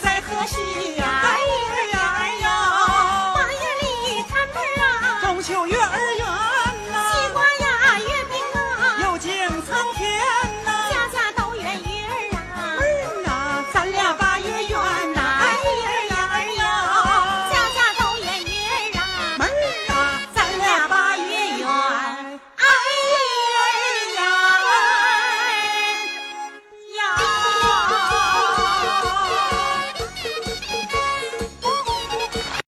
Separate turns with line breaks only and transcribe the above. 心。